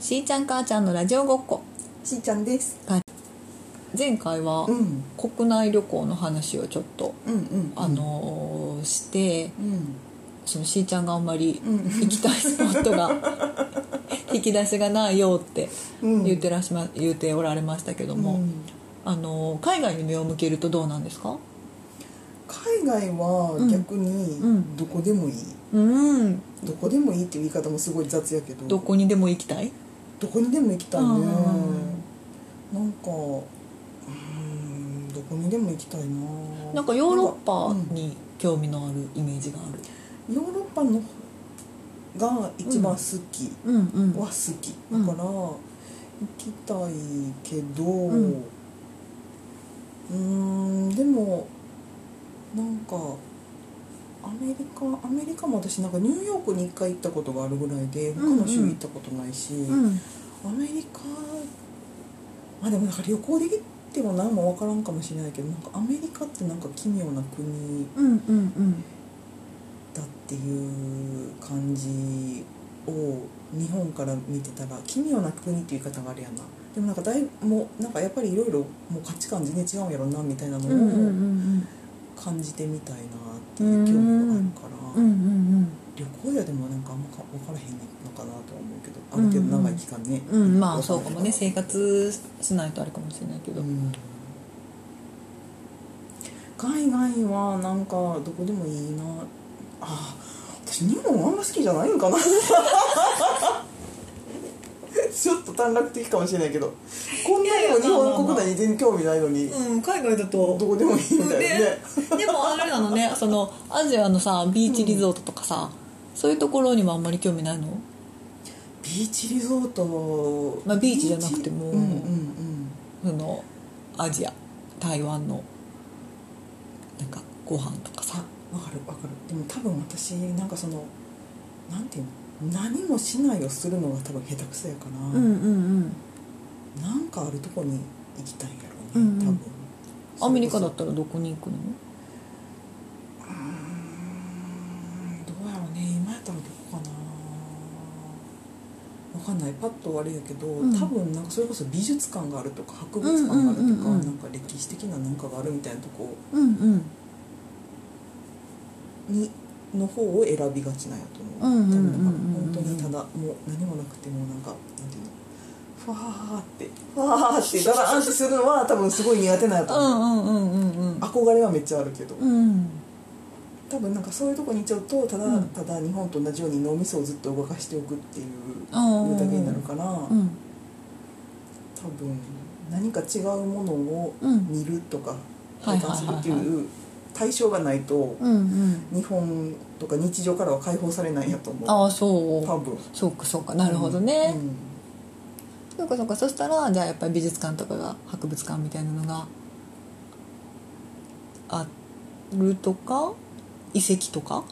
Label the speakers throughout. Speaker 1: ーちゃん母ちゃんのラジオごっこ
Speaker 2: しーちゃんです
Speaker 1: 前回は
Speaker 2: うん
Speaker 1: 国内旅行の話をちょっと、
Speaker 2: うんうん
Speaker 1: あのーして
Speaker 2: うん
Speaker 1: そのしーちゃんがあんまり
Speaker 2: うん
Speaker 1: 行きたいスポットが引き出しがないよって
Speaker 2: うん
Speaker 1: 言ってらっしゃ、言っておられましたけども、
Speaker 2: うん
Speaker 1: あのー海外に目を向けるとどうなんですか
Speaker 2: 海外は
Speaker 1: ん
Speaker 2: 逆
Speaker 1: うん
Speaker 2: にどこでもいい、
Speaker 1: うん
Speaker 2: どこでもいいっていう言い方もすごい雑やけど
Speaker 1: どこにでも行きたい
Speaker 2: どこにでも行きたいね
Speaker 1: うん
Speaker 2: なんかうんどこにでも行きたいな
Speaker 1: なんかヨーロッパに興味のあるイメージがある
Speaker 2: うんヨーロッパのが一番好き
Speaker 1: うんう
Speaker 2: は好き、
Speaker 1: うん
Speaker 2: だから行きたいけど
Speaker 1: ん
Speaker 2: うーんでもなんかアメリカアメリカも私なんかニューヨークに1回行ったことがあるぐらいで他の州行ったことないし、
Speaker 1: うん
Speaker 2: アメリカまあでもなんか旅行できても何も分からんかもしれないけどなんかアメリカってなんか奇妙な国
Speaker 1: うんうん
Speaker 2: だっていう感じを日本から見てたら奇妙な国っていう言い方があるやんなでもなんかだいもうなんかやっぱりいろいろもう価値観全然違うんやろなみたいな
Speaker 1: うんうんうん
Speaker 2: のを感じてみたいなっていう興味があるから、
Speaker 1: うんうんうん
Speaker 2: 旅行やでもなんかあんまか分からへんのかなとは思うけどある程度長い期間ね、
Speaker 1: うんまあそうかもね生活しないとあれかもしれないけど、
Speaker 2: うん海外はなんかどこでもいいなあ私日本あんま好きじゃないんかな ちょっと短絡的かもしれないけどこんなにも日本国内に全然興味ないのに
Speaker 1: うん、海外だ
Speaker 2: ど
Speaker 1: と
Speaker 2: こでもいいみたいなね
Speaker 1: ででもあれなのねそのアジアのさビーチリゾートとかさ、そういうところにもあんまり興味ないの
Speaker 2: ビーチリゾート
Speaker 1: まあビーチじゃなくても
Speaker 2: うんうんうん
Speaker 1: そのアジア台湾のなんかご飯とかさ
Speaker 2: わかるわかるでも多分私なんかそのなんていうの何もしないをするのが多分下手くそやから、
Speaker 1: うん
Speaker 2: なんかあるとこに行きたいんや
Speaker 1: う
Speaker 2: ろ
Speaker 1: ん
Speaker 2: う
Speaker 1: うん
Speaker 2: ね、多分
Speaker 1: アメリカだっ
Speaker 2: そ
Speaker 1: たらどこに行くの
Speaker 2: れこそうーんどうやろうね今やったらどこかなわかんないパッとあれやけど、
Speaker 1: ん
Speaker 2: 多分なんかそれこそ美術館があるとか博物館があるとか、
Speaker 1: うんうんうんうん
Speaker 2: なんか歴史的ななんかがあるみたいなとこ
Speaker 1: うんうん
Speaker 2: にの方を選びがちなんやと思う,、
Speaker 1: うんうんうんうん
Speaker 2: 多分なんか本当にただもう何もなくてもなんかなんていうのふわーってふわーってだらーんってするのは多分すごい苦手なんや
Speaker 1: う
Speaker 2: と思う、
Speaker 1: んうんうんうん
Speaker 2: 憧れはめっちゃあるけど、
Speaker 1: うん
Speaker 2: 多分なんかそういうとこに行っちゃうとただ、
Speaker 1: うん
Speaker 2: ただ日本と同じように脳みそをずっと動かしておくっていう
Speaker 1: あー
Speaker 2: だけになるから、
Speaker 1: うん
Speaker 2: 多分何か違うものを
Speaker 1: うん
Speaker 2: 見るとか
Speaker 1: はいはいはいはい
Speaker 2: 体感するっていう対象がないと
Speaker 1: うんうん
Speaker 2: 日本とか日常からは解放されないんやと思う
Speaker 1: ああそう
Speaker 2: 多分
Speaker 1: そうかそうかなるほどね、
Speaker 2: うん
Speaker 1: そうかそうかそしたらじゃあやっぱり美術館とかが博物館みたいなのがあるとか遺跡とか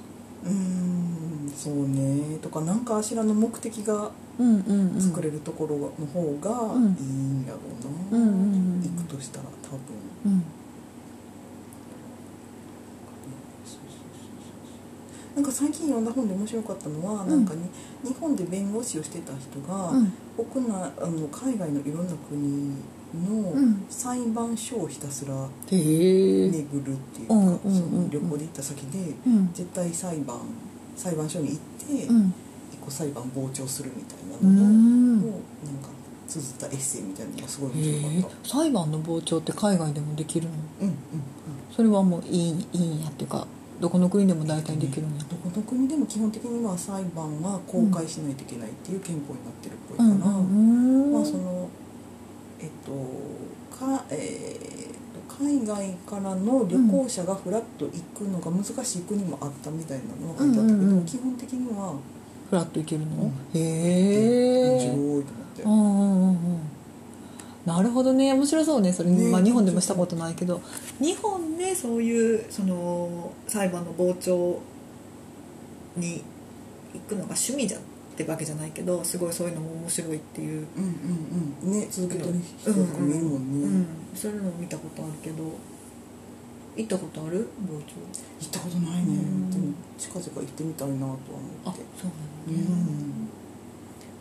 Speaker 2: うんそうねとか何かしらの目的が
Speaker 1: うんうんうん
Speaker 2: 作れるところの方がいいんやろう
Speaker 1: う
Speaker 2: な、
Speaker 1: んうんうんうん
Speaker 2: 行くとしたら多分
Speaker 1: うん
Speaker 2: なんか最近読んだ本で面白かったのは、
Speaker 1: ん
Speaker 2: なんかね日本で弁護士をしてた人が、
Speaker 1: うん
Speaker 2: 国内あの海外のいろんな国の
Speaker 1: ん
Speaker 2: 裁判所をひたすら
Speaker 1: へえ、
Speaker 2: 巡るっていうか、
Speaker 1: うんうんうん
Speaker 2: その旅行で行った先で、
Speaker 1: うん
Speaker 2: 絶対裁判裁判所に行って、
Speaker 1: うん
Speaker 2: 一個裁判傍聴するみたいな
Speaker 1: う
Speaker 2: のを、
Speaker 1: ん
Speaker 2: をなんか綴ったエッセイみたいなのがすごい
Speaker 1: へ
Speaker 2: 面白
Speaker 1: え
Speaker 2: かった。
Speaker 1: 裁判の傍聴って海外でもできるの
Speaker 2: うんうん
Speaker 1: それはもういいいいんやっていうかどこの国でも大体できるんや
Speaker 2: どこの国でも基本的には裁判は公開しないといけないっていう憲法になってるっぽいか
Speaker 1: う
Speaker 2: ら、
Speaker 1: んうんうん
Speaker 2: まあそのえっとか、えーと海外からの旅行者がフラッと行くのが難しい国もあったみたいなのは書いてあったけど、
Speaker 1: うんうんうん
Speaker 2: 基本的には
Speaker 1: フラッといけるの、へ
Speaker 2: 面
Speaker 1: え
Speaker 2: 白いと思って、
Speaker 1: うんうんうんうんなるほどね面白そうねそれ、
Speaker 2: ね
Speaker 1: まあ、日本でもしたことないけど日本でそういうその裁判の傍聴に行くのが趣味じゃってわけじゃないけどすごいそういうのも面白いっていう、
Speaker 2: うんうんうんね続けてる人とかもいるもんね、
Speaker 1: うん、そういうのも見たことあるけど行ったことある傍聴
Speaker 2: 行ったことな
Speaker 1: う
Speaker 2: いね、
Speaker 1: ん
Speaker 2: でも近々行ってみたいなとは思って
Speaker 1: そう
Speaker 2: うん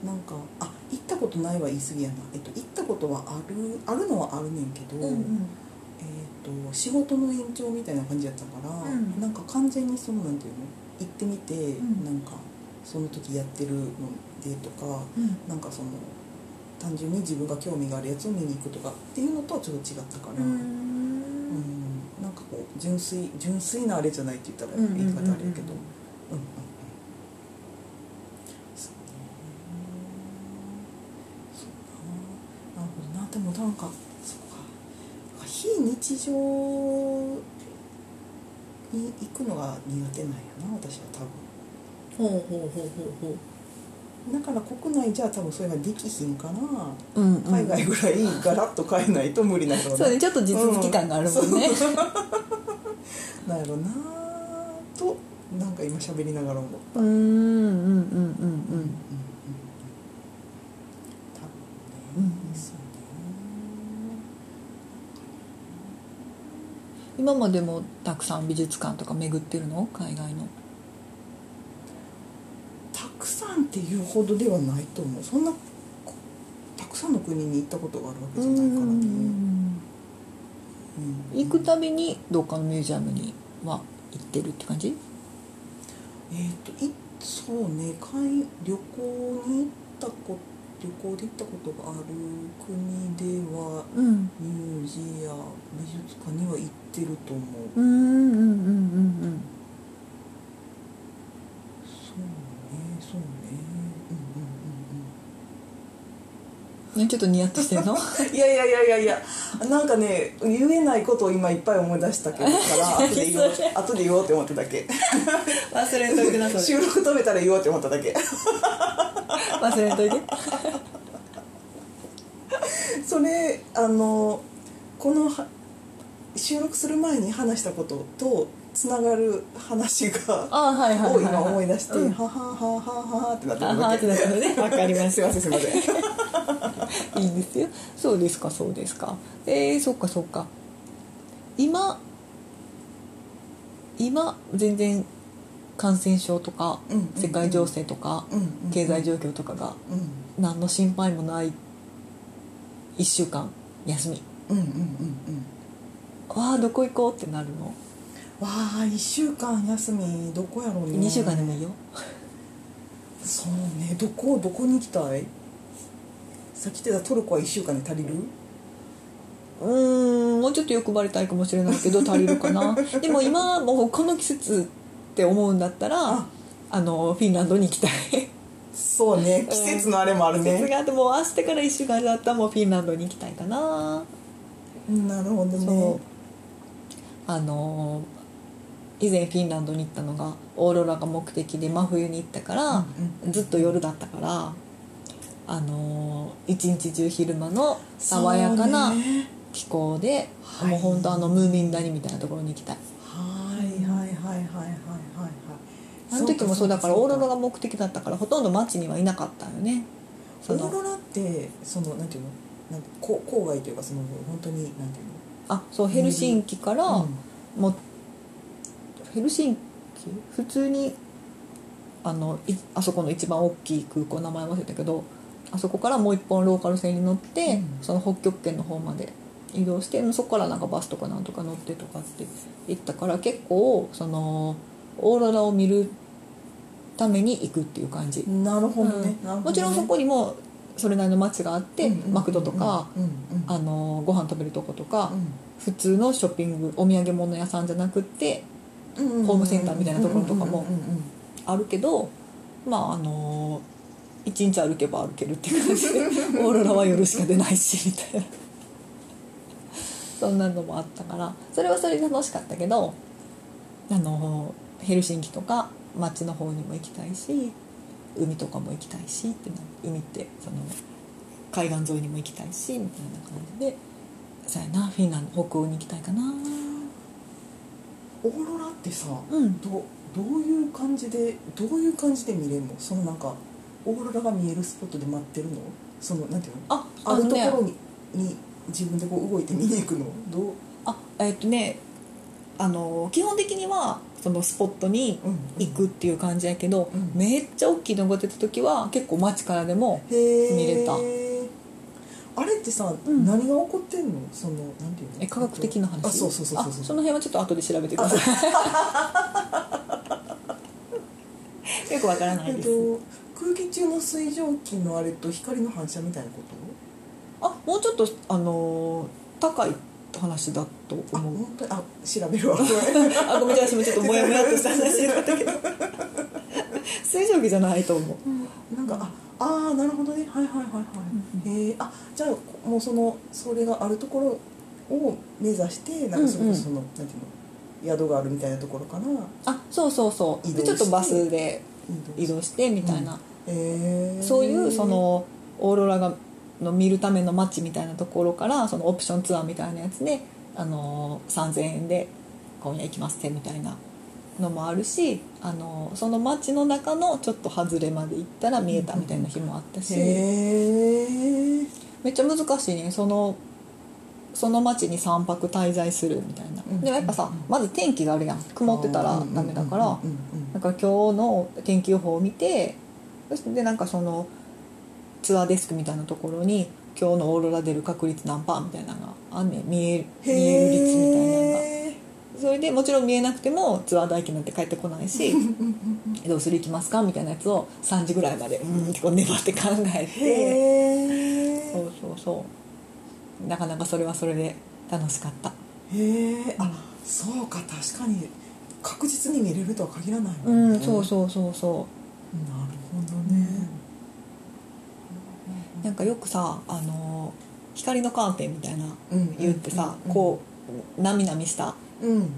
Speaker 2: なんかあ行ったことないは言い過ぎやな、えっと、行ったことはあるあるのはあるねんけど、
Speaker 1: うんうん
Speaker 2: えー、と仕事の延長みたいな感じやったから、
Speaker 1: うん
Speaker 2: なんか完全にそのなんていうの行ってみて、
Speaker 1: ん
Speaker 2: なんかその時やってるのでとか
Speaker 1: うん
Speaker 2: なんかその単純に自分が興味があるやつを見に行くとかっていうのとはちょっと違ったから、
Speaker 1: う
Speaker 2: うんんなんかこう純粋純粋なあれじゃないって言ったら
Speaker 1: うんうんうんうん
Speaker 2: 言い方あれやけどうんうんうんそうねそうななるほどなでもなんかそっか非日常に行くのが苦手なんやな私は多分
Speaker 1: ほうほうほうほ
Speaker 2: だから国内じゃ多分それができひんから
Speaker 1: うほううんうん
Speaker 2: 海外ぐらいガラッと変えないと無理なの
Speaker 1: そうねちょっと実績感があるもんね、
Speaker 2: なんやろなーとなんか今喋りながら思った、
Speaker 1: うんうんうんうんう
Speaker 2: うんうんう
Speaker 1: ん
Speaker 2: ん多
Speaker 1: う
Speaker 2: 分ね、
Speaker 1: ん
Speaker 2: そう
Speaker 1: 今までもたくさん美術館とか巡ってるの海外の
Speaker 2: ねたくさんっていうほどではないと思うそんなこたくさんの国に行ったことがあるわけじゃないからね、うん
Speaker 1: 行くたびにどっかのミュージアムには行ってるって感じ
Speaker 2: えー、といそうね海旅行に行ったこ旅行で行ったことがある国では
Speaker 1: うん
Speaker 2: ミュージアム美術館には行ってると思う
Speaker 1: うんうんうんうん
Speaker 2: そうねそうねうん
Speaker 1: うんねちょっとニヤッとしてるの
Speaker 2: うんうんいやいやいやいやいやなんかね言えないことを今いっぱい思い出したけどから 後で言おう後で言おうって思っただけ
Speaker 1: 忘れんといてな
Speaker 2: 収録止めたら言おうって思っただけ
Speaker 1: 忘れんといて
Speaker 2: それあのこのは収録する前に話したこととつながる話が
Speaker 1: あはいはい
Speaker 2: を
Speaker 1: はい、はい、
Speaker 2: 今思い出して「
Speaker 1: うん、
Speaker 2: ははははは」ってなって
Speaker 1: あ
Speaker 2: る
Speaker 1: はー
Speaker 2: だ
Speaker 1: って
Speaker 2: け
Speaker 1: なったの ねわかります
Speaker 2: いませんすいません
Speaker 1: いいんですよそうですかそうですかえー、そっかそっか今今全然感染症とか
Speaker 2: うんうんうん
Speaker 1: 世界情勢とか
Speaker 2: うんうん
Speaker 1: 経済状況とかが
Speaker 2: うん
Speaker 1: 何の心配もない1週間休み
Speaker 2: うんうんうんうん
Speaker 1: わあどこ行こうってなるの
Speaker 2: わあ1週間休みどこやろうね
Speaker 1: 2週間でもいいよ
Speaker 2: そうねどこどこに行きたいさっき言ってたトルコは1週間で足りる
Speaker 1: うーんもうちょっと欲張りたいかもしれないけど足りるか なでも今もうこの季節って思うんだったら
Speaker 2: あ
Speaker 1: あのフィンランドに行きたい
Speaker 2: そうね季節のあれもある
Speaker 1: 節
Speaker 2: ね、
Speaker 1: があってもう明日から1週間だったらもうフィンランドに行きたいかな、
Speaker 2: うんなるほど
Speaker 1: そう
Speaker 2: ね
Speaker 1: あのー以前フィンランドに行ったのがオーロラが目的で真冬に行ったから、
Speaker 2: うんうん
Speaker 1: ずっと夜だったからあのー一日中昼間の爽やかな
Speaker 2: そうね
Speaker 1: 気候で、
Speaker 2: はい
Speaker 1: もう本当あのムーミン谷みたいなところに行きたい
Speaker 2: はいはいはいはいはいはいはい
Speaker 1: あの時もそうだからオーロラ
Speaker 2: が
Speaker 1: が目的だったからほとんど街にはいなかったよねそ
Speaker 2: オー
Speaker 1: の
Speaker 2: ロラってそのなんていうのなんかこ郊外というかその本当になんていう
Speaker 1: あそうヘルシンキから、
Speaker 2: の、
Speaker 1: もうヘルシンキ普通にあのいあそこの一番大きい空港名前忘れたけどあそこからもう一本ローカル線に乗って、
Speaker 2: うん
Speaker 1: その北極圏の方まで移動してそこからなんかバスとかなんとか乗ってとかって行ったから結構そのオーロラを見るために行くっていう感じ、
Speaker 2: うんなるほどね、
Speaker 1: うん
Speaker 2: なるほどね
Speaker 1: もちろんそこにもそれなりの街があって、
Speaker 2: うんうんうんうん
Speaker 1: マクドとか、
Speaker 2: うんうん
Speaker 1: あのご飯食べるとことか、
Speaker 2: うん
Speaker 1: 普通のショッピングお土産物屋さんじゃなくってホームセンターみたいなところとかも
Speaker 2: うんうんうんうんうん
Speaker 1: あるけどまああの一日歩けば歩けるっていう感じでオーロラは夜しか出ないしみたいなそんなのもあったからそれはそれで楽しかったけどあのヘルシンキとか街の方にも行きたいし海とかも行きたいしってな海ってその海岸沿いにも行きたいしみたいな感じでそうやなフィンランド北欧に行きたいかな
Speaker 2: オーロラってさ
Speaker 1: うん
Speaker 2: どどういう感じでどういう感じで見れるのそのなんかオーロラが見えるスポットで待ってるのそのなんていうの
Speaker 1: あ
Speaker 2: ある
Speaker 1: の
Speaker 2: と
Speaker 1: ね
Speaker 2: ころに,、に自分でこう動いて見に行くのどう
Speaker 1: あえっとねあの基本的にはそのスポットに
Speaker 2: うん
Speaker 1: 行くっていう感じやけど、
Speaker 2: うん
Speaker 1: めっちゃ大きいのが出た時は結構街からでも
Speaker 2: へ ー
Speaker 1: 見れた
Speaker 2: あれってさ、
Speaker 1: ん
Speaker 2: 何が起こってんのそのなんていうの
Speaker 1: え科学的な話
Speaker 2: あそうそうそうそ
Speaker 1: あ
Speaker 2: う
Speaker 1: その辺はちょっと後で調べてください よくわからな
Speaker 2: え
Speaker 1: い
Speaker 2: っ
Speaker 1: です、
Speaker 2: と空気中の水蒸気のあれと光の反射みたいなこ
Speaker 1: あもうちょっとあのー高い話だと
Speaker 2: とあ
Speaker 1: 思う
Speaker 2: 本当にあ調べるわこれ
Speaker 1: あごめんなさい私もちょっとモヤモヤっとした話だったけど 水蒸気じゃないと思う
Speaker 2: なんかああーなるほどねはいはいはいはい、へえあじゃあもうそのそれがあるところを目指してなんかそれこそその、なんていうの宿があるみたいなところから
Speaker 1: あそうそうそう
Speaker 2: 移動
Speaker 1: でちょっとバスで
Speaker 2: 移
Speaker 1: 移
Speaker 2: 動
Speaker 1: 動してみたいな、
Speaker 2: へえ
Speaker 1: そういうそのオーロラがの見るための街みたいなところからそのオプションツアーみたいなやつで、あのー3,000円で今夜行きますってみたいなのもあるし、あのーその街の中のちょっと外れまで行ったら見えたみたいな日もあったし、
Speaker 2: へえ
Speaker 1: めっちゃ難しいねそのその町に3泊滞在するみたいな、
Speaker 2: うん
Speaker 1: でもやっぱさまず天気があるやん曇ってたらダメだから。
Speaker 2: うんうんうん
Speaker 1: なんか今日の天気予報を見てそしてなんかそのツアーデスクみたいなところに今日のオーロラ出る確率何パーみたいなのがあんねん見える見える率みたいなのが
Speaker 2: へー
Speaker 1: それでもちろん見えなくてもツアー代金なんて返ってこない し
Speaker 2: うんうんうん
Speaker 1: どうする行きますかみたいなやつを3時ぐらいまでうんってこう粘って考えて
Speaker 2: へ
Speaker 1: そ
Speaker 2: ー
Speaker 1: うそうそうなかなかそれはそれで楽しかった
Speaker 2: へえあそうか確かに確実に見れるとは限らないも
Speaker 1: うん
Speaker 2: ね、
Speaker 1: んそうそうそうそう
Speaker 2: なるほどね、
Speaker 1: なんかよくさあの光のカーテンみたいな
Speaker 2: うん
Speaker 1: 言ってさ、
Speaker 2: うん
Speaker 1: こうなみなみした
Speaker 2: うん、うん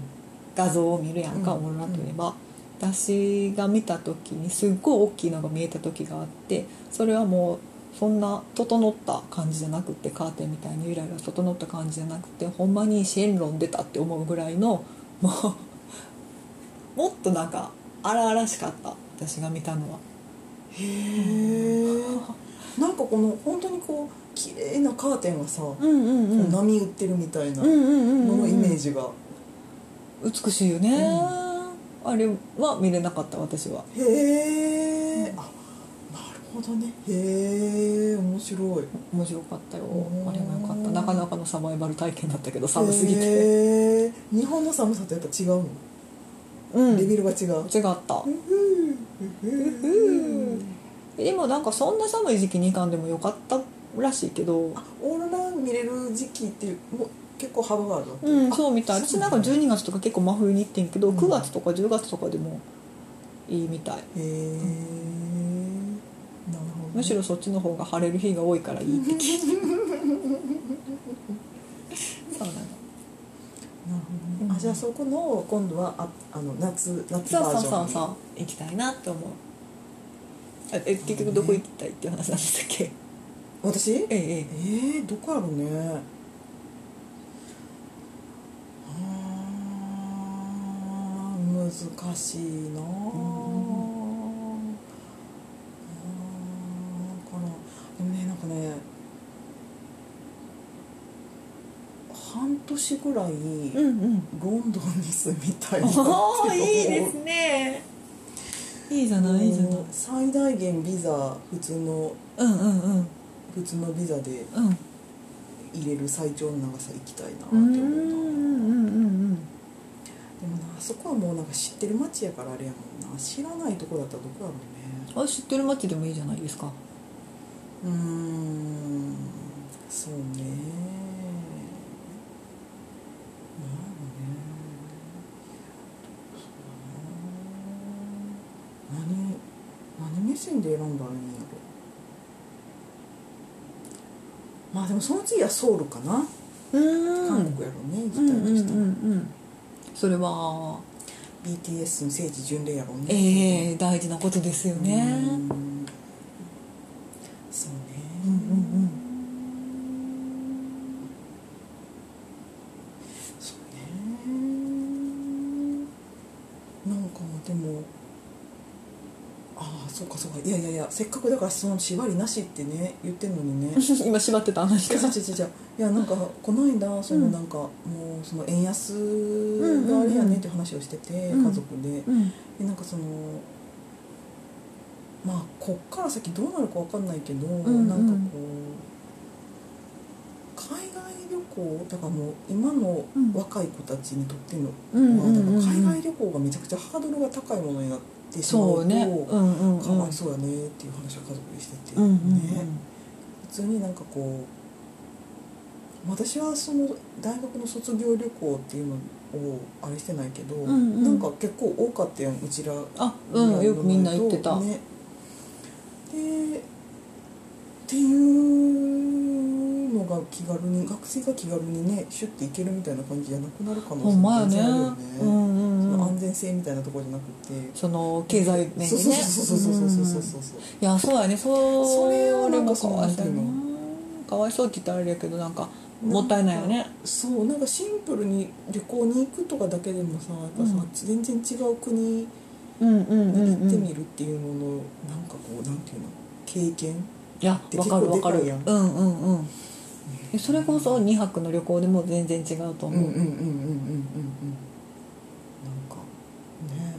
Speaker 1: 画像を見るやんか、
Speaker 2: うん
Speaker 1: オーロラといえば、私が見た時にすっごい大きいのが見えた時があってそれはもうそんな整った感じじゃなくてカーテンみたいにゆらゆら整った感じじゃなくてほんまにシェンロン出たって思うぐらいのもう もっとなんか荒々しかった私が見たのは。
Speaker 2: へえなんかこの本当にこう綺麗なカーテンがさ、
Speaker 1: うんうんうんうん
Speaker 2: 波打ってるみたいな
Speaker 1: うん
Speaker 2: の
Speaker 1: うんうん
Speaker 2: のイメージが、
Speaker 1: 美しいよね、あれは見れなかった私は
Speaker 2: へえあなるほどねへえ面白い
Speaker 1: 面白かったよ
Speaker 2: おー
Speaker 1: あれもよかったなかなかのサバイバル体験だったけど寒すぎて、
Speaker 2: へえ日本の寒さとやっぱ違うの、
Speaker 1: うん
Speaker 2: レ
Speaker 1: 違
Speaker 2: ベルが違う
Speaker 1: った、でもなんかそんな寒い時期に行かんでもよかったらしいけど
Speaker 2: あオーロラ見れる時期っていうもう結構幅があるの
Speaker 1: うんそうみたい
Speaker 2: あ
Speaker 1: 私なんか12月とか結構真冬に行ってんけど、
Speaker 2: うん
Speaker 1: 9月とか10月とかでもいいみたい
Speaker 2: へえなるほど
Speaker 1: むしろそっちの方が晴れる日が多いからいいって聞いた そうなの
Speaker 2: なるほどねあじゃあそこの今度はああの夏夏
Speaker 1: そ
Speaker 2: バ
Speaker 1: うそう
Speaker 2: ージョン
Speaker 1: そうそう行きたいなって思うあえ結局どこ行きたいっていう話なんでしたっけ
Speaker 2: 私え
Speaker 1: えええ
Speaker 2: ー、どこやろうねあー難しいなあ、あーからでもねなんかね半年ぐらい、
Speaker 1: えうんうん
Speaker 2: ロンドンに住みたいなって
Speaker 1: おおいいで
Speaker 2: 思う
Speaker 1: すねいいじゃないいいじゃない
Speaker 2: 最大限ビザ普通の
Speaker 1: うんうんうん
Speaker 2: 普通のビザで
Speaker 1: うん
Speaker 2: 入れる最長の長さ行きたいなって
Speaker 1: う
Speaker 2: 思
Speaker 1: んう
Speaker 2: うな、
Speaker 1: んうん
Speaker 2: でもなあそこはもうなんか知ってる街やからあれやもんな知らないとこだったらどこやろうね
Speaker 1: うんあ知ってる街でもいいじゃないですか
Speaker 2: うーんそうねなんやろねそうな何何目線で選んだらいいんやろまあでもその次はソウルかな、
Speaker 1: うーん
Speaker 2: 韓国やろね行き
Speaker 1: うんう
Speaker 2: たい
Speaker 1: んう
Speaker 2: と
Speaker 1: ん
Speaker 2: したら、
Speaker 1: うんそれは
Speaker 2: BTS の聖地巡礼やろうね
Speaker 1: ええ大事なことですよね
Speaker 2: うんそうね
Speaker 1: うんうん
Speaker 2: そうねなんかでもああそうかそうかいやいやいやせっかくだからその縛りなしってね言ってんのにね
Speaker 1: 今縛ってた話
Speaker 2: いや違う違う違ういやなんかこの間その
Speaker 1: うん
Speaker 2: なんか、もうその円安があれやねって話をしてて、
Speaker 1: うん
Speaker 2: 家族で
Speaker 1: うん
Speaker 2: でなんかそのまあこっから先どうなるかわかんないけど、
Speaker 1: んうん
Speaker 2: なんかこう海外旅行だからもう今の
Speaker 1: うん
Speaker 2: 若い子たちにとっての、
Speaker 1: うんうんうんうん
Speaker 2: まあだから海外旅行がめちゃくちゃハードルが高いものになってしまう
Speaker 1: そ
Speaker 2: と
Speaker 1: うねうんうんうん
Speaker 2: かわいそうやねっていう話を家族でしてて、
Speaker 1: うんうんうん
Speaker 2: ね普通になんかこう私はその大学の卒業旅行っていうのをあれしてないけど、
Speaker 1: んうん
Speaker 2: なんか結構多かったやんうちら
Speaker 1: あうんよくみんな言ってた、
Speaker 2: ね、でっていうのが気軽に学生が気軽にねシュッて行けるみたいな感じじゃなくなる可能
Speaker 1: ほ
Speaker 2: 性
Speaker 1: んまやね
Speaker 2: 全然あるよね
Speaker 1: う
Speaker 2: そ
Speaker 1: んうん
Speaker 2: の
Speaker 1: う
Speaker 2: 安
Speaker 1: ん
Speaker 2: 全性みたいなところじゃなくて
Speaker 1: その経済面
Speaker 2: そう
Speaker 1: に
Speaker 2: そう
Speaker 1: ね
Speaker 2: そうそうそうそうそうそうそう
Speaker 1: いやそうやねそう
Speaker 2: それをなんか
Speaker 1: かわいそうやな
Speaker 2: その
Speaker 1: かわいそうって言ったらあれやけどなんかもったいないよね
Speaker 2: そうなんかシンプルに旅行に行くとかだけでもさやっぱさ、
Speaker 1: うん
Speaker 2: 全然違う国に
Speaker 1: うんうんう
Speaker 2: 行
Speaker 1: ん、う
Speaker 2: っ
Speaker 1: ん、
Speaker 2: てみ
Speaker 1: い
Speaker 2: るっていうのの、なんかこうなんていうの経験
Speaker 1: やわかるわかる
Speaker 2: 結構でかいやん
Speaker 1: うんうんうんえそれこそ2泊の旅行でも全然違うと
Speaker 2: う
Speaker 1: 思う、
Speaker 2: んうんうんうんうんうんなんかね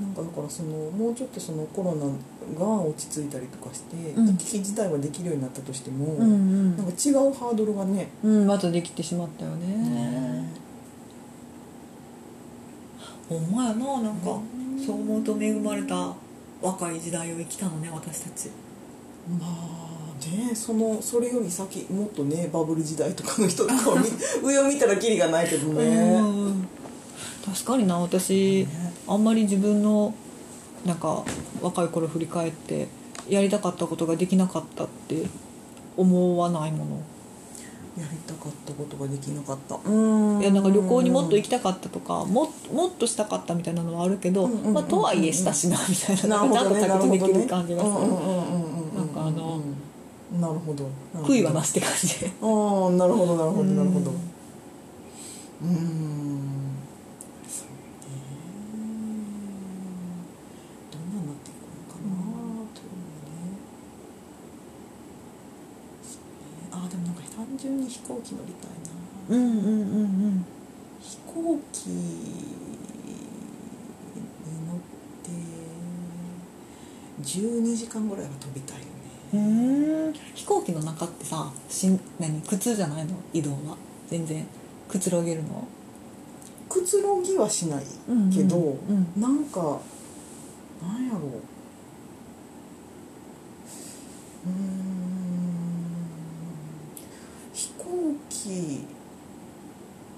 Speaker 2: なんかだからそのもうちょっとそのコロナが落ち着いたりとかして、
Speaker 1: ん
Speaker 2: 行き来自体はできるようになったとしても、
Speaker 1: うんうん
Speaker 2: なんか違うハードルがね、
Speaker 1: うん、またできてしまったよね。ほんまやな、なんか、そう思うと恵まれた若い時代を生きたのね、私たち。
Speaker 2: まあねそのそれより先もっとねバブル時代とかの人とか を見上を見たらキリがないけどね。
Speaker 1: うん確かにな、私
Speaker 2: ね、
Speaker 1: あんまり自分の、なんか、若い頃振り返って、やりたかったことができなかったって思わないもの。
Speaker 2: やりたかったことができなかったうん
Speaker 1: いやなんか旅行にもっと行
Speaker 2: き
Speaker 1: きたかったとかももっとしたかったみたいなのはあるけど、
Speaker 2: うんうんうんうん
Speaker 1: まあ、とはいえしたしなみたい
Speaker 2: な
Speaker 1: な
Speaker 2: るほ
Speaker 1: ちゃん
Speaker 2: ど
Speaker 1: と
Speaker 2: ね
Speaker 1: 着地で
Speaker 2: なるほど
Speaker 1: き
Speaker 2: ね
Speaker 1: る感じがす
Speaker 2: うんうんう
Speaker 1: る
Speaker 2: んうんうん
Speaker 1: なんかあの
Speaker 2: なるほど
Speaker 1: 悔いはな
Speaker 2: し
Speaker 1: しって感じで。
Speaker 2: ああなるほどなるほどなるほど
Speaker 1: うん
Speaker 2: うんそうねどんなになっていくのかなというねそうねああでもなんか単純に飛行機乗りたいな
Speaker 1: うんうんうん
Speaker 2: 飛行機に乗って12時間ぐらいは飛びたいよね
Speaker 1: うんうーん飛行機の中ってさしん何苦痛じゃないの移動は全然くつろげるの
Speaker 2: くつろぎはしない
Speaker 1: うんうん
Speaker 2: けど、
Speaker 1: うん
Speaker 2: なんかなんやろううーん飛行機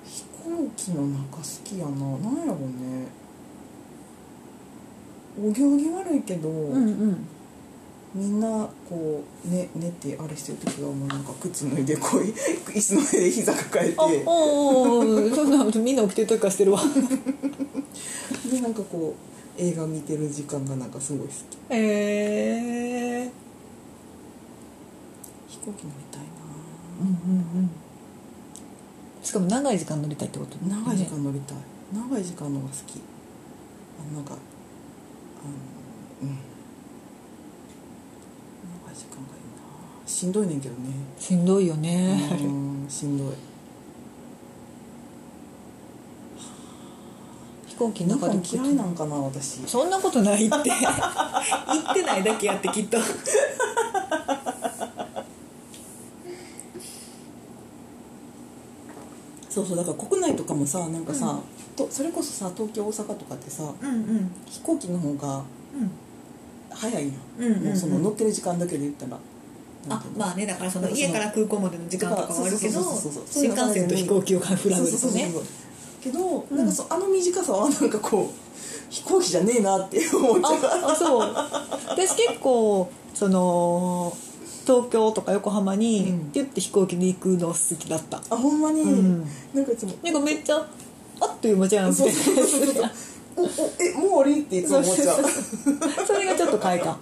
Speaker 2: 飛行機の中好きやななんやろうねお行儀悪いけど、
Speaker 1: うん
Speaker 2: みんなこうね寝てあれしてる時はもうなんか靴脱いでこうい 椅子の上で膝抱え
Speaker 1: あお
Speaker 2: て
Speaker 1: ーおーそんなみんな起きてる時からしてるわ
Speaker 2: でなんかこう映画見てる時間がなんかすごい好き
Speaker 1: へえ
Speaker 2: 飛行機乗りたい
Speaker 1: うんうんうんしかも長い時間乗りたいってこと
Speaker 2: な長い時
Speaker 1: ね
Speaker 2: 間乗りたい、長い時間のが好きあのなんかあのうん長い時間がいいなしんどいねんけどね
Speaker 1: しんどいよね
Speaker 2: うんし んどい
Speaker 1: 飛行機の
Speaker 2: なんか
Speaker 1: 中で
Speaker 2: 嫌いなんかな私
Speaker 1: そんなことない って言ってないだけやってきっと
Speaker 2: そうそうだから国内とかもさなんかさ、
Speaker 1: うん
Speaker 2: とそれこそさ東京大阪とかってさ
Speaker 1: うんうん
Speaker 2: 飛行機の方が
Speaker 1: うん
Speaker 2: 早いやん,、
Speaker 1: うんうんうん
Speaker 2: もうその乗ってる時間だけで言ったらなん
Speaker 1: あ
Speaker 2: ていうの
Speaker 1: まあねだからその
Speaker 2: だから
Speaker 1: 家
Speaker 2: その
Speaker 1: から空港までの時間とかはあるけど
Speaker 2: そうそうそうそうそう
Speaker 1: 新幹線と飛行機をフラグですね
Speaker 2: そうそうそうそうけど、
Speaker 1: うん
Speaker 2: なんかそあの短さはなんかこう飛行機じゃねえなって思っちゃう
Speaker 1: ああそう私結構その東京とか横浜
Speaker 2: う
Speaker 1: に
Speaker 2: ん
Speaker 1: ピュッて飛行機で行くの好きだった、
Speaker 2: あほんまに、
Speaker 1: うん
Speaker 2: なんかいつも
Speaker 1: なんかめっちゃあっという間じゃんって
Speaker 2: そうそうそうそうおおえもう終わりっていつも思っちゃう
Speaker 1: それがちょっと快感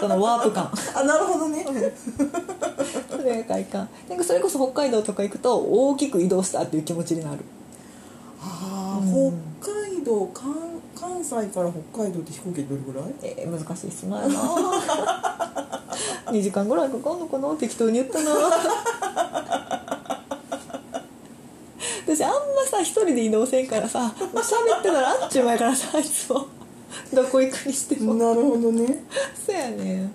Speaker 1: そのワープ感
Speaker 2: あなるほどね、
Speaker 1: それが快感なんかそれこそ北海道とか行くと大きく移動したっていう気持ちになる
Speaker 2: ああ、
Speaker 1: うん
Speaker 2: 北海道関関関西から北海道って飛行機でどれぐらい
Speaker 1: えー難しい質問やな2時間ぐらいかかんのかな適当に言ったな私あんまさ一人で移動せんからさもう喋ってたらあっちゅう前からさいつもどこ行くにしても
Speaker 2: なるほどね
Speaker 1: そうやねん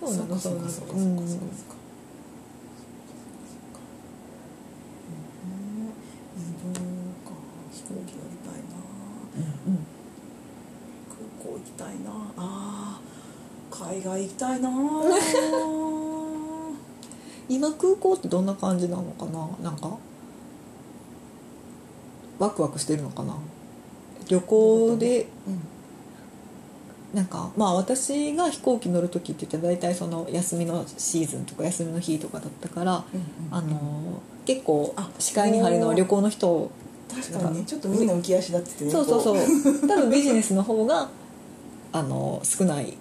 Speaker 1: そうなの
Speaker 2: そ
Speaker 1: そうう
Speaker 2: か
Speaker 1: なの
Speaker 2: そう
Speaker 1: う
Speaker 2: かそうかそうかそうんか
Speaker 1: うん
Speaker 2: 移動か飛行機乗りたいな空港行きたいなあー海外行きたいな
Speaker 1: 今空港ってどんな感じなのかななんかワクワクしてるのかな旅行で
Speaker 2: うん
Speaker 1: なんかまあ私が飛行機乗る時って言って大体その休みのシーズンとか休みの日とかだったから、あの結構
Speaker 2: あ
Speaker 1: 視界に張りの旅行の人
Speaker 2: 確かにねちょっとみんな浮き足立っててね
Speaker 1: そうそうそう
Speaker 2: こ
Speaker 1: う多分ビジネスの方があの少ない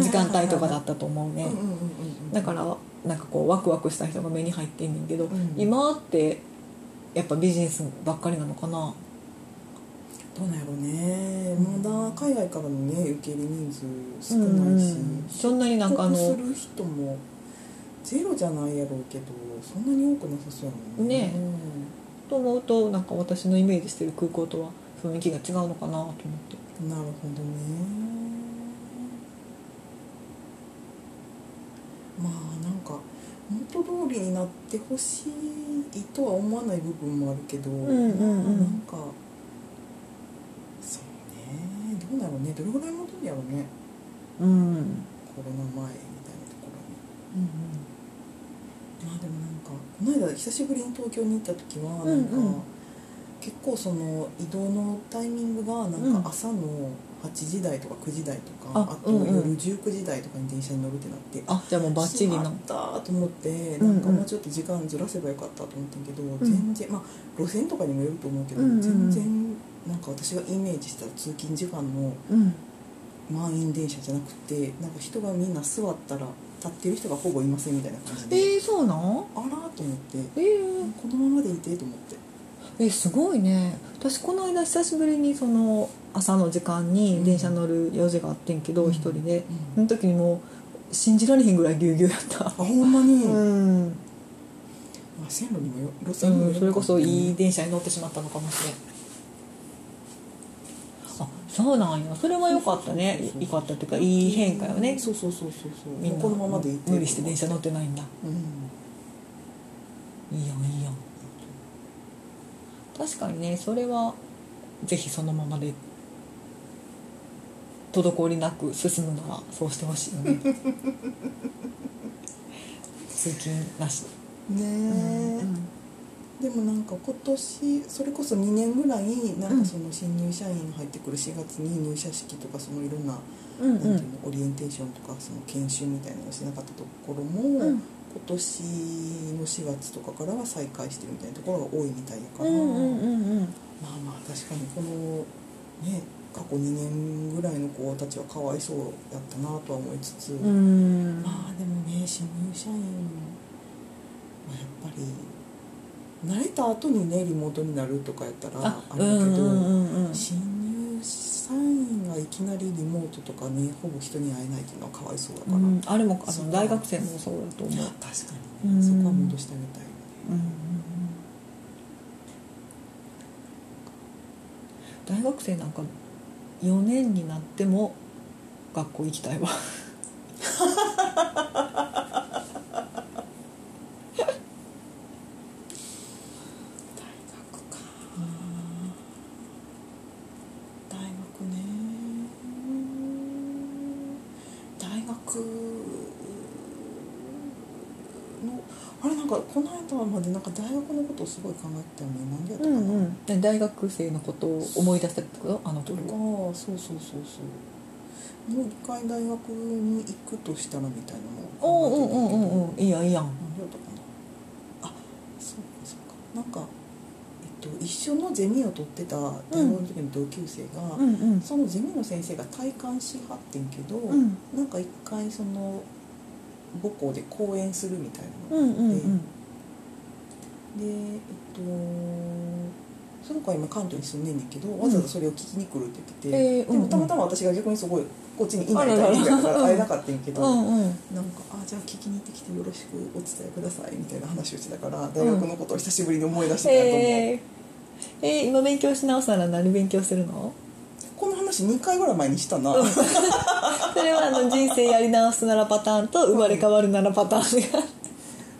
Speaker 1: 時間帯とかだったと思う
Speaker 2: う
Speaker 1: ね
Speaker 2: んうんうんうん
Speaker 1: だからなんかこうワクワクした人が目に入ってんねんけど、
Speaker 2: うん
Speaker 1: 今ってやっぱビジネスばっかりなのかな
Speaker 2: どうなんやろうねまだ海外からのね受け入れ人数少
Speaker 1: うん
Speaker 2: ないし、
Speaker 1: うんそんなになん
Speaker 2: 帰
Speaker 1: かあ
Speaker 2: 国す
Speaker 1: の
Speaker 2: る人もゼロじゃないやろうけどそんなに多くなさそうやもん
Speaker 1: ねえと思うとなんか私のイメージしてる空港とは雰囲気が違うのかなと思って。
Speaker 2: うんなるほどねまあなんか元通りになってほしいとは思わない部分もあるけど、
Speaker 1: んうんうん
Speaker 2: まあなんかそうねどうだろうねどれぐらい戻るんやろうね
Speaker 1: うんうん
Speaker 2: コロナ前みたいなところに。まあでもなんかこの間久しぶりに東京に行った時はなんか、
Speaker 1: うんうん
Speaker 2: 結構その移動のタイミングがなんか朝の8時台とか9時台とか、
Speaker 1: あ
Speaker 2: あと
Speaker 1: うんうん
Speaker 2: 夜19時台とかに電車に乗るってなって、
Speaker 1: あじゃあもうバッチリ
Speaker 2: しま
Speaker 1: な
Speaker 2: ったと思って
Speaker 1: うんう
Speaker 2: なんんかもうちょっと時間ずらせばよかったと思ったんやけど、
Speaker 1: ん
Speaker 2: 全然まあ路線とかにもよると思うけど、
Speaker 1: うんうんうん
Speaker 2: 全然なんか私がイメージした通勤時間の
Speaker 1: うん
Speaker 2: 満員電車じゃなくてなんか人がみんな座ったら立ってる人がほぼいませんみたいな感じ
Speaker 1: え
Speaker 2: で、
Speaker 1: ー、そうなん
Speaker 2: あらーと思って。
Speaker 1: えー、
Speaker 2: このままでいてと思って
Speaker 1: えすごいね私この間久しぶりにその朝の時間に電車乗る用事があってんけど
Speaker 2: うん
Speaker 1: 一、人でそ
Speaker 2: あ
Speaker 1: の時にもう信じられへんぐらいぎゅうぎゅうやった
Speaker 2: ほんまに、ま
Speaker 1: うん、うん
Speaker 2: あ、線路にもよ路
Speaker 1: そ
Speaker 2: 線にもよるか
Speaker 1: れこそいい電車に乗ってしまったのかもしれんあそうなんやそれは良かったね
Speaker 2: そうそうそう
Speaker 1: 良かったっていうかいい変化よね
Speaker 2: そうそうそうそうそう
Speaker 1: みんな
Speaker 2: このままでいて
Speaker 1: 無理して電車乗ってないんだ
Speaker 2: うん
Speaker 1: いいよいいよ確かにねそれはぜひそのままで滞りなく進むならそうしてほしいよね 通勤なし、
Speaker 2: ねえ、
Speaker 1: うん
Speaker 2: でもなんか今年それこそ2年ぐらいな
Speaker 1: うんん
Speaker 2: かその新入社員入ってくる4月に入社式とかそのいろんな,、
Speaker 1: うんう
Speaker 2: なんていうんのオリエンテーションとかその研修みたいなのをしてなかったところも、
Speaker 1: うん
Speaker 2: 今年の4月とかからは再開してるみたいなところが多いみたいだか
Speaker 1: う
Speaker 2: ら、
Speaker 1: んうんうんうん
Speaker 2: まあまあ確かにこのね過去2年ぐらいの子たちはかわいそうだったなとは思いつつ、
Speaker 1: うん
Speaker 2: まあでもね新入社員はやっぱり慣れた後にねリモートになるとかやったら
Speaker 1: あ
Speaker 2: あ
Speaker 1: う
Speaker 2: れ
Speaker 1: んう
Speaker 2: だけど、
Speaker 1: んうんうん
Speaker 2: 新入社員がいきなりリモートとかねほぼ人に会えないっていうのはかわいそうだから、
Speaker 1: うんあれもあ
Speaker 2: そう
Speaker 1: の大学生もそうだと思う
Speaker 2: 確かに、
Speaker 1: うん
Speaker 2: そこは戻してあげたいよね
Speaker 1: うんうんうん大学生なんか4年になっても学校行きたいわ
Speaker 2: 大学か大学ね大学のあれなんかこの間までなんか大学のことをすごい考えてたよねなんでやったかな、
Speaker 1: ね大学生のことを思い出したってことあの
Speaker 2: と
Speaker 1: 時
Speaker 2: かそうそうそうそうもう一回大学に行くとしたらみたいなのを
Speaker 1: おう
Speaker 2: 考えてた
Speaker 1: んうん
Speaker 2: けど
Speaker 1: うんうんいいやんいいやん
Speaker 2: 何だったかなあそうかそうかなんか、えっと、一緒のゼミを取ってた大学の時の同級生が、
Speaker 1: んうん
Speaker 2: そのゼミの先生が体感しはってんけど、
Speaker 1: うん
Speaker 2: なんか一回その母校で講演するみたいな
Speaker 1: うん
Speaker 2: の
Speaker 1: う
Speaker 2: があって、
Speaker 1: ん
Speaker 2: でえっとその子は今関東に住んでんねんけどわざわざそれを聞きに来るって言って
Speaker 1: え
Speaker 2: て、
Speaker 1: ーう
Speaker 2: で
Speaker 1: んう
Speaker 2: も
Speaker 1: ん
Speaker 2: たまたま私が逆にすごいこっちにいないタイミングやか
Speaker 1: あらら
Speaker 2: ら会えなかったんやけど、
Speaker 1: うんうん
Speaker 2: なんかあじゃあ聞きに行ってきてよろしくお伝えくださいみたいな話をしてたから大学のことを久しぶりに思い出してたと思う、
Speaker 1: へーえー今勉強し直したら何勉強する の
Speaker 2: この話2回ぐらい前にしたな、
Speaker 1: それはあの人生やり直すならパターンと生まれ変わるならパターン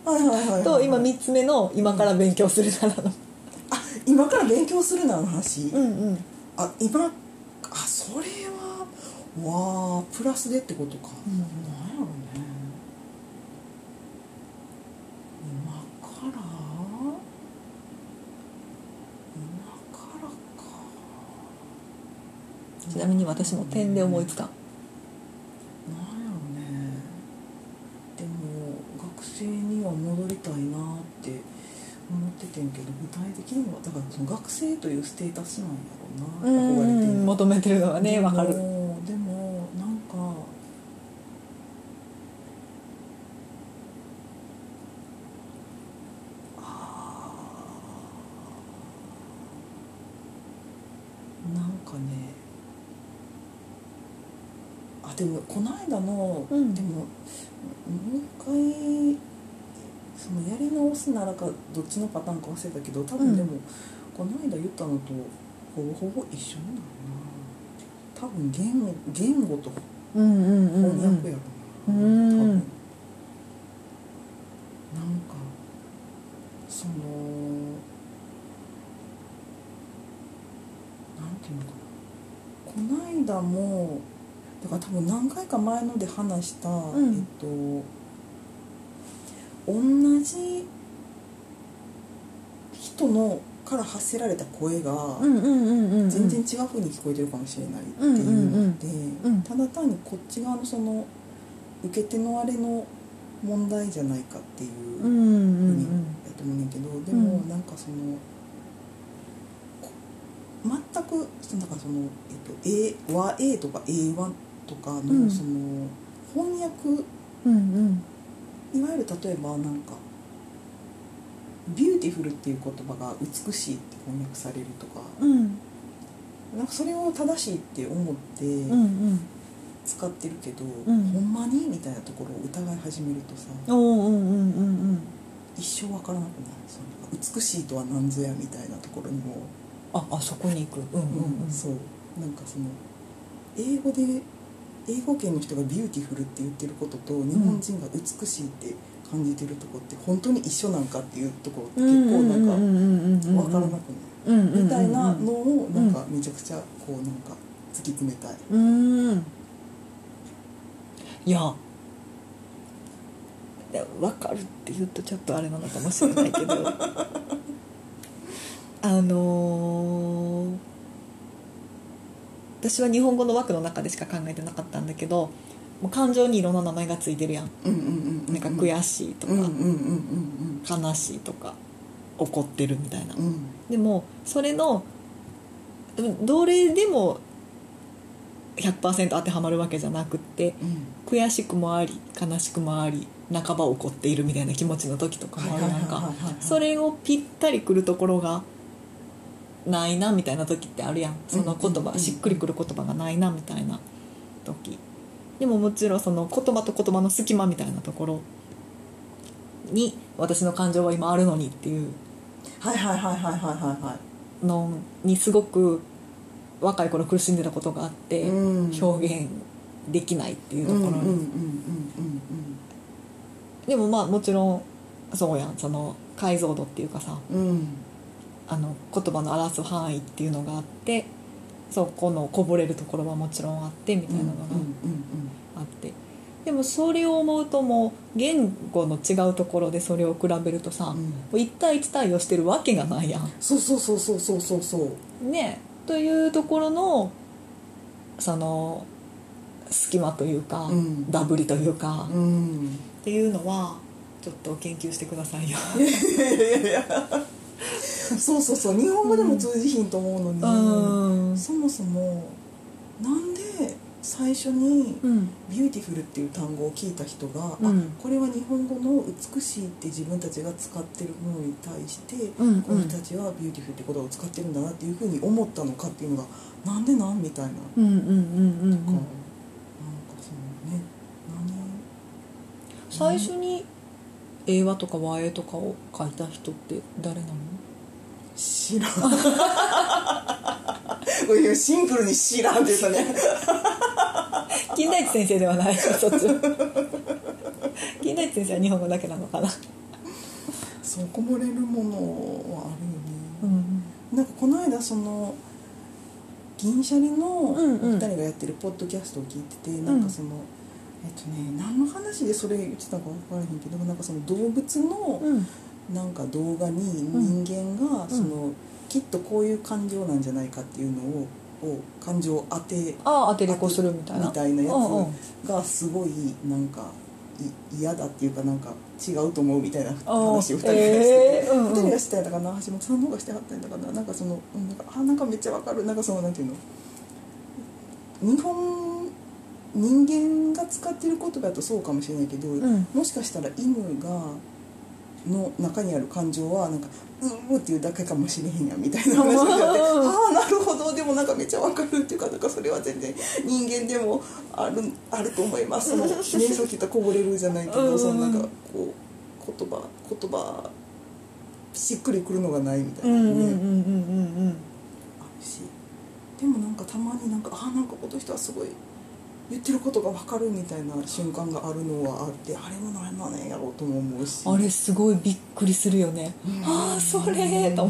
Speaker 1: が
Speaker 2: はいはいはいはい
Speaker 1: と今3つ目の今から勉強するならの
Speaker 2: あ今から勉強するなの話、
Speaker 1: うんうん
Speaker 2: あ今あそれはわあプラスでってことか、
Speaker 1: うん
Speaker 2: なんやろね今から今からか
Speaker 1: ちなみに私も点で思いつかん
Speaker 2: なんやろねでも学生には戻りたいなって思っててんけど具体的にはだからその学生というステータスなんやろうな憧れてんの
Speaker 1: 求めてるのはね
Speaker 2: でも
Speaker 1: わかる
Speaker 2: でもなんかあーなんかねあでもこの間の、
Speaker 1: うん
Speaker 2: でももう一回そのやり直すならかどっちのパターンか忘れたけど多
Speaker 1: うん
Speaker 2: 分でも、この間言ったのとほぼほぼ一緒になるな多分言語言語と
Speaker 1: うんうん
Speaker 2: 翻訳やろな、
Speaker 1: うん
Speaker 2: 多分
Speaker 1: うん
Speaker 2: なんかそのなんていうのかなこの間もだから多分何回か前ので話した、
Speaker 1: ん
Speaker 2: えっと同じ人のから発せられた声が、
Speaker 1: うんうんうんうん
Speaker 2: 全然違う風に聞こえてるかもしれないっていうので、
Speaker 1: うんうん
Speaker 2: ただ単にこっち側のその受け手のあれの問題じゃないかっていう
Speaker 1: う
Speaker 2: 風に
Speaker 1: んう
Speaker 2: や
Speaker 1: ん
Speaker 2: と思うねんだけど、でも
Speaker 1: うん
Speaker 2: なんかそのこ全くそのだからその、えっと、A 和 A とか A1 とかの
Speaker 1: うん
Speaker 2: その翻訳
Speaker 1: うんうん
Speaker 2: いわゆる例えばなんか「ビューティフル」っていう言葉が「美しい」って翻訳されるとか
Speaker 1: うん
Speaker 2: なんかそれを正しいって思って
Speaker 1: うん
Speaker 2: 使ってるけど、
Speaker 1: ん
Speaker 2: ほんまにみたいなところを疑い始めるとさ
Speaker 1: うんおーうんうんうんうん
Speaker 2: 一生わからなくなるその美しいとは何ぞやみたいなところにも、
Speaker 1: ああそこに行くうんうんうん
Speaker 2: そうなんかその英語で英語圏の人が「ビューティフル」って言ってることと日本人が「美しい」って感じてるとこって本当に一緒なんかっていうところって結構なんかわからなくなるみたいなのをなんかめちゃくちゃこうなんか突き詰めたい。
Speaker 1: うんいやで分かるって言うとちょっとあれなのかもしれない けどあのー私は日本語の枠の中でしか考えてなかったんだけどもう感情にいろんな名前がついてるやん
Speaker 2: うんうんう
Speaker 1: なんか悔しいとか、
Speaker 2: うんうんうんうん
Speaker 1: 悲しいとか怒ってるみたいな
Speaker 2: うんうん
Speaker 1: でもそれのどれでも100%当てはまるわけじゃなくって
Speaker 2: うん
Speaker 1: 悔しくもあり悲しくもあり半ば怒っているみたいな気持ちの時とかもあるなん
Speaker 2: はいはい
Speaker 1: か
Speaker 2: はいはいはい
Speaker 1: それをぴったりくるところがないなみたいな時ってあるやんその言
Speaker 2: うんうんう
Speaker 1: 葉
Speaker 2: ん
Speaker 1: しっくりくる言葉がないなみたいな時でももちろんその言葉と言葉の隙間みたいなところに私の感情は今あるのにっていう
Speaker 2: はいはいはいはいはいはいは
Speaker 1: のにすごく若い頃苦しんでたことがあって、
Speaker 2: うん
Speaker 1: 表現できないってい
Speaker 2: いう
Speaker 1: ところに、
Speaker 2: うんうんうん
Speaker 1: でもまあもちろんそうやんその解像度っていうかさ
Speaker 2: うんうんうん
Speaker 1: あの言葉の表す範囲っていうのがあってそこのこぼれるところはもちろんあってみたいなのがあって、でもそれを思うともう言語の違うところでそれを比べるとさ、
Speaker 2: うん
Speaker 1: もう1対1対応してるわけがないやん。
Speaker 2: そうそうそうそうそうそうそう
Speaker 1: ねというところのその隙間というか、
Speaker 2: うん
Speaker 1: ダブりというか、っ
Speaker 2: うん
Speaker 1: ていうのはちょっと研究してくだ さいよ。
Speaker 2: そうそうそう日本語でも通じひんと思うのに、
Speaker 1: うん
Speaker 2: そもそもなんで最初に
Speaker 1: うん
Speaker 2: 「ビューティフル」っていう単語を聞いた人が、
Speaker 1: うん
Speaker 2: あこれは日本語の「美しい」って自分たちが使ってるものに対して、
Speaker 1: うんうん
Speaker 2: この人たちは「ビューティフル」って言葉を使ってるんだなっていうふうに思ったのかっていうのがなんでなんみたいな。
Speaker 1: うんうんうんうん
Speaker 2: か
Speaker 1: う
Speaker 2: なん
Speaker 1: ん
Speaker 2: かそのね
Speaker 1: 最初に映画とか和絵とかを描いた人って誰なの
Speaker 2: 何知らんこういうシンプルに知らんですね
Speaker 1: 金田一先生ではない そっち金田一先生は日本語だけなのかな
Speaker 2: そうこもれるものはあるよ
Speaker 1: う
Speaker 2: ね、
Speaker 1: ん
Speaker 2: なんかこの間その銀シャリのお
Speaker 1: うんうん
Speaker 2: 二人がやってるポッドキャストを聞いてて、なんかそのえっとね何の話でそれ言ってたか分からへんけどなんかその動物の
Speaker 1: うん
Speaker 2: なんか動画に人間が
Speaker 1: ん
Speaker 2: その、きっとこういう感情なんじゃないかっていうのをを感情を当て
Speaker 1: ああ当てりこするみたいな
Speaker 2: みたいなや
Speaker 1: うんうん
Speaker 2: つがすごいなんかい嫌だっていうかなんか違うと思うみたいな
Speaker 1: あー
Speaker 2: 話を2人がしてて、
Speaker 1: えーうんうん
Speaker 2: 2人がしてたかな橋本さんの方がしてはったんだかななんかそのうんなんかあなんかめっちゃわかるなんかそのなんていうの日本人間が使ってる言葉だとそうかもしれないけど、
Speaker 1: ん
Speaker 2: もしかしたら犬がの中にある感情はなんか「うーっていうだけかもしれへんやみたいな話があって
Speaker 1: うん
Speaker 2: ああなるほどでもなんかめっちゃわかるっていうかなんかそれは全然人間でもあるあると思い ますそのねさっき言ったこぼれるじゃないけ
Speaker 1: うんう
Speaker 2: ど
Speaker 1: ん
Speaker 2: そのなんかこう言葉言葉しっくりくるのがないみた
Speaker 1: う
Speaker 2: いなね、
Speaker 1: んうんうんうんうんうん
Speaker 2: あるしでもなんかたまになんかああなんかこの人はすごい言ってることがわかるみたいな瞬間があるのはあってあれもなんなんやろうとも思うし
Speaker 1: あれすごいびっくりするよね、
Speaker 2: うん
Speaker 1: ああそれと思って
Speaker 2: そうなんかだから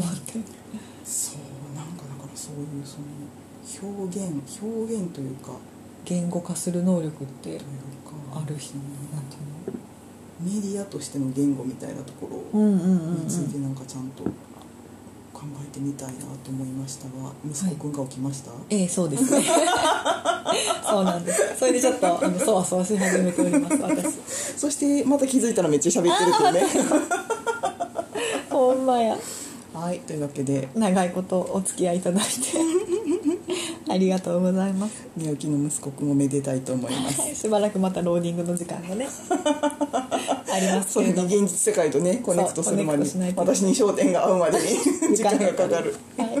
Speaker 2: そういうその表現表現というか
Speaker 1: 言語化する能力って
Speaker 2: というか
Speaker 1: ある日なんていう
Speaker 2: メディアとしての言語みたいなとこ
Speaker 1: の
Speaker 2: ろ
Speaker 1: うんうんうん、う
Speaker 2: について
Speaker 1: ん、
Speaker 2: なんかちゃんと考えてみたいなと思いましたが息子くんが起きました、
Speaker 1: ええそうです ねそうなんですそれでちょっとあのそわそわし始めております私
Speaker 2: そしてまた気づいたらめっちゃ喋ってるっていうね
Speaker 1: ほんまや
Speaker 2: はいというわけで
Speaker 1: 長いことお付き合いいただい てありがとうございます
Speaker 2: 寝起きの息子くんをめでたいと思い ます
Speaker 1: しばらくまたローディングの時間 がねあります
Speaker 2: そ
Speaker 1: け
Speaker 2: れ
Speaker 1: れ
Speaker 2: に
Speaker 1: ども
Speaker 2: 現実世界とねコネクトするまで
Speaker 1: そうコネクトしない
Speaker 2: に
Speaker 1: と
Speaker 2: 私に焦点が合うまでに 時間がかかる
Speaker 1: はい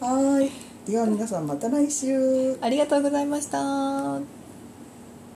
Speaker 2: はーいでは皆さんまた来週
Speaker 1: ありがとうございました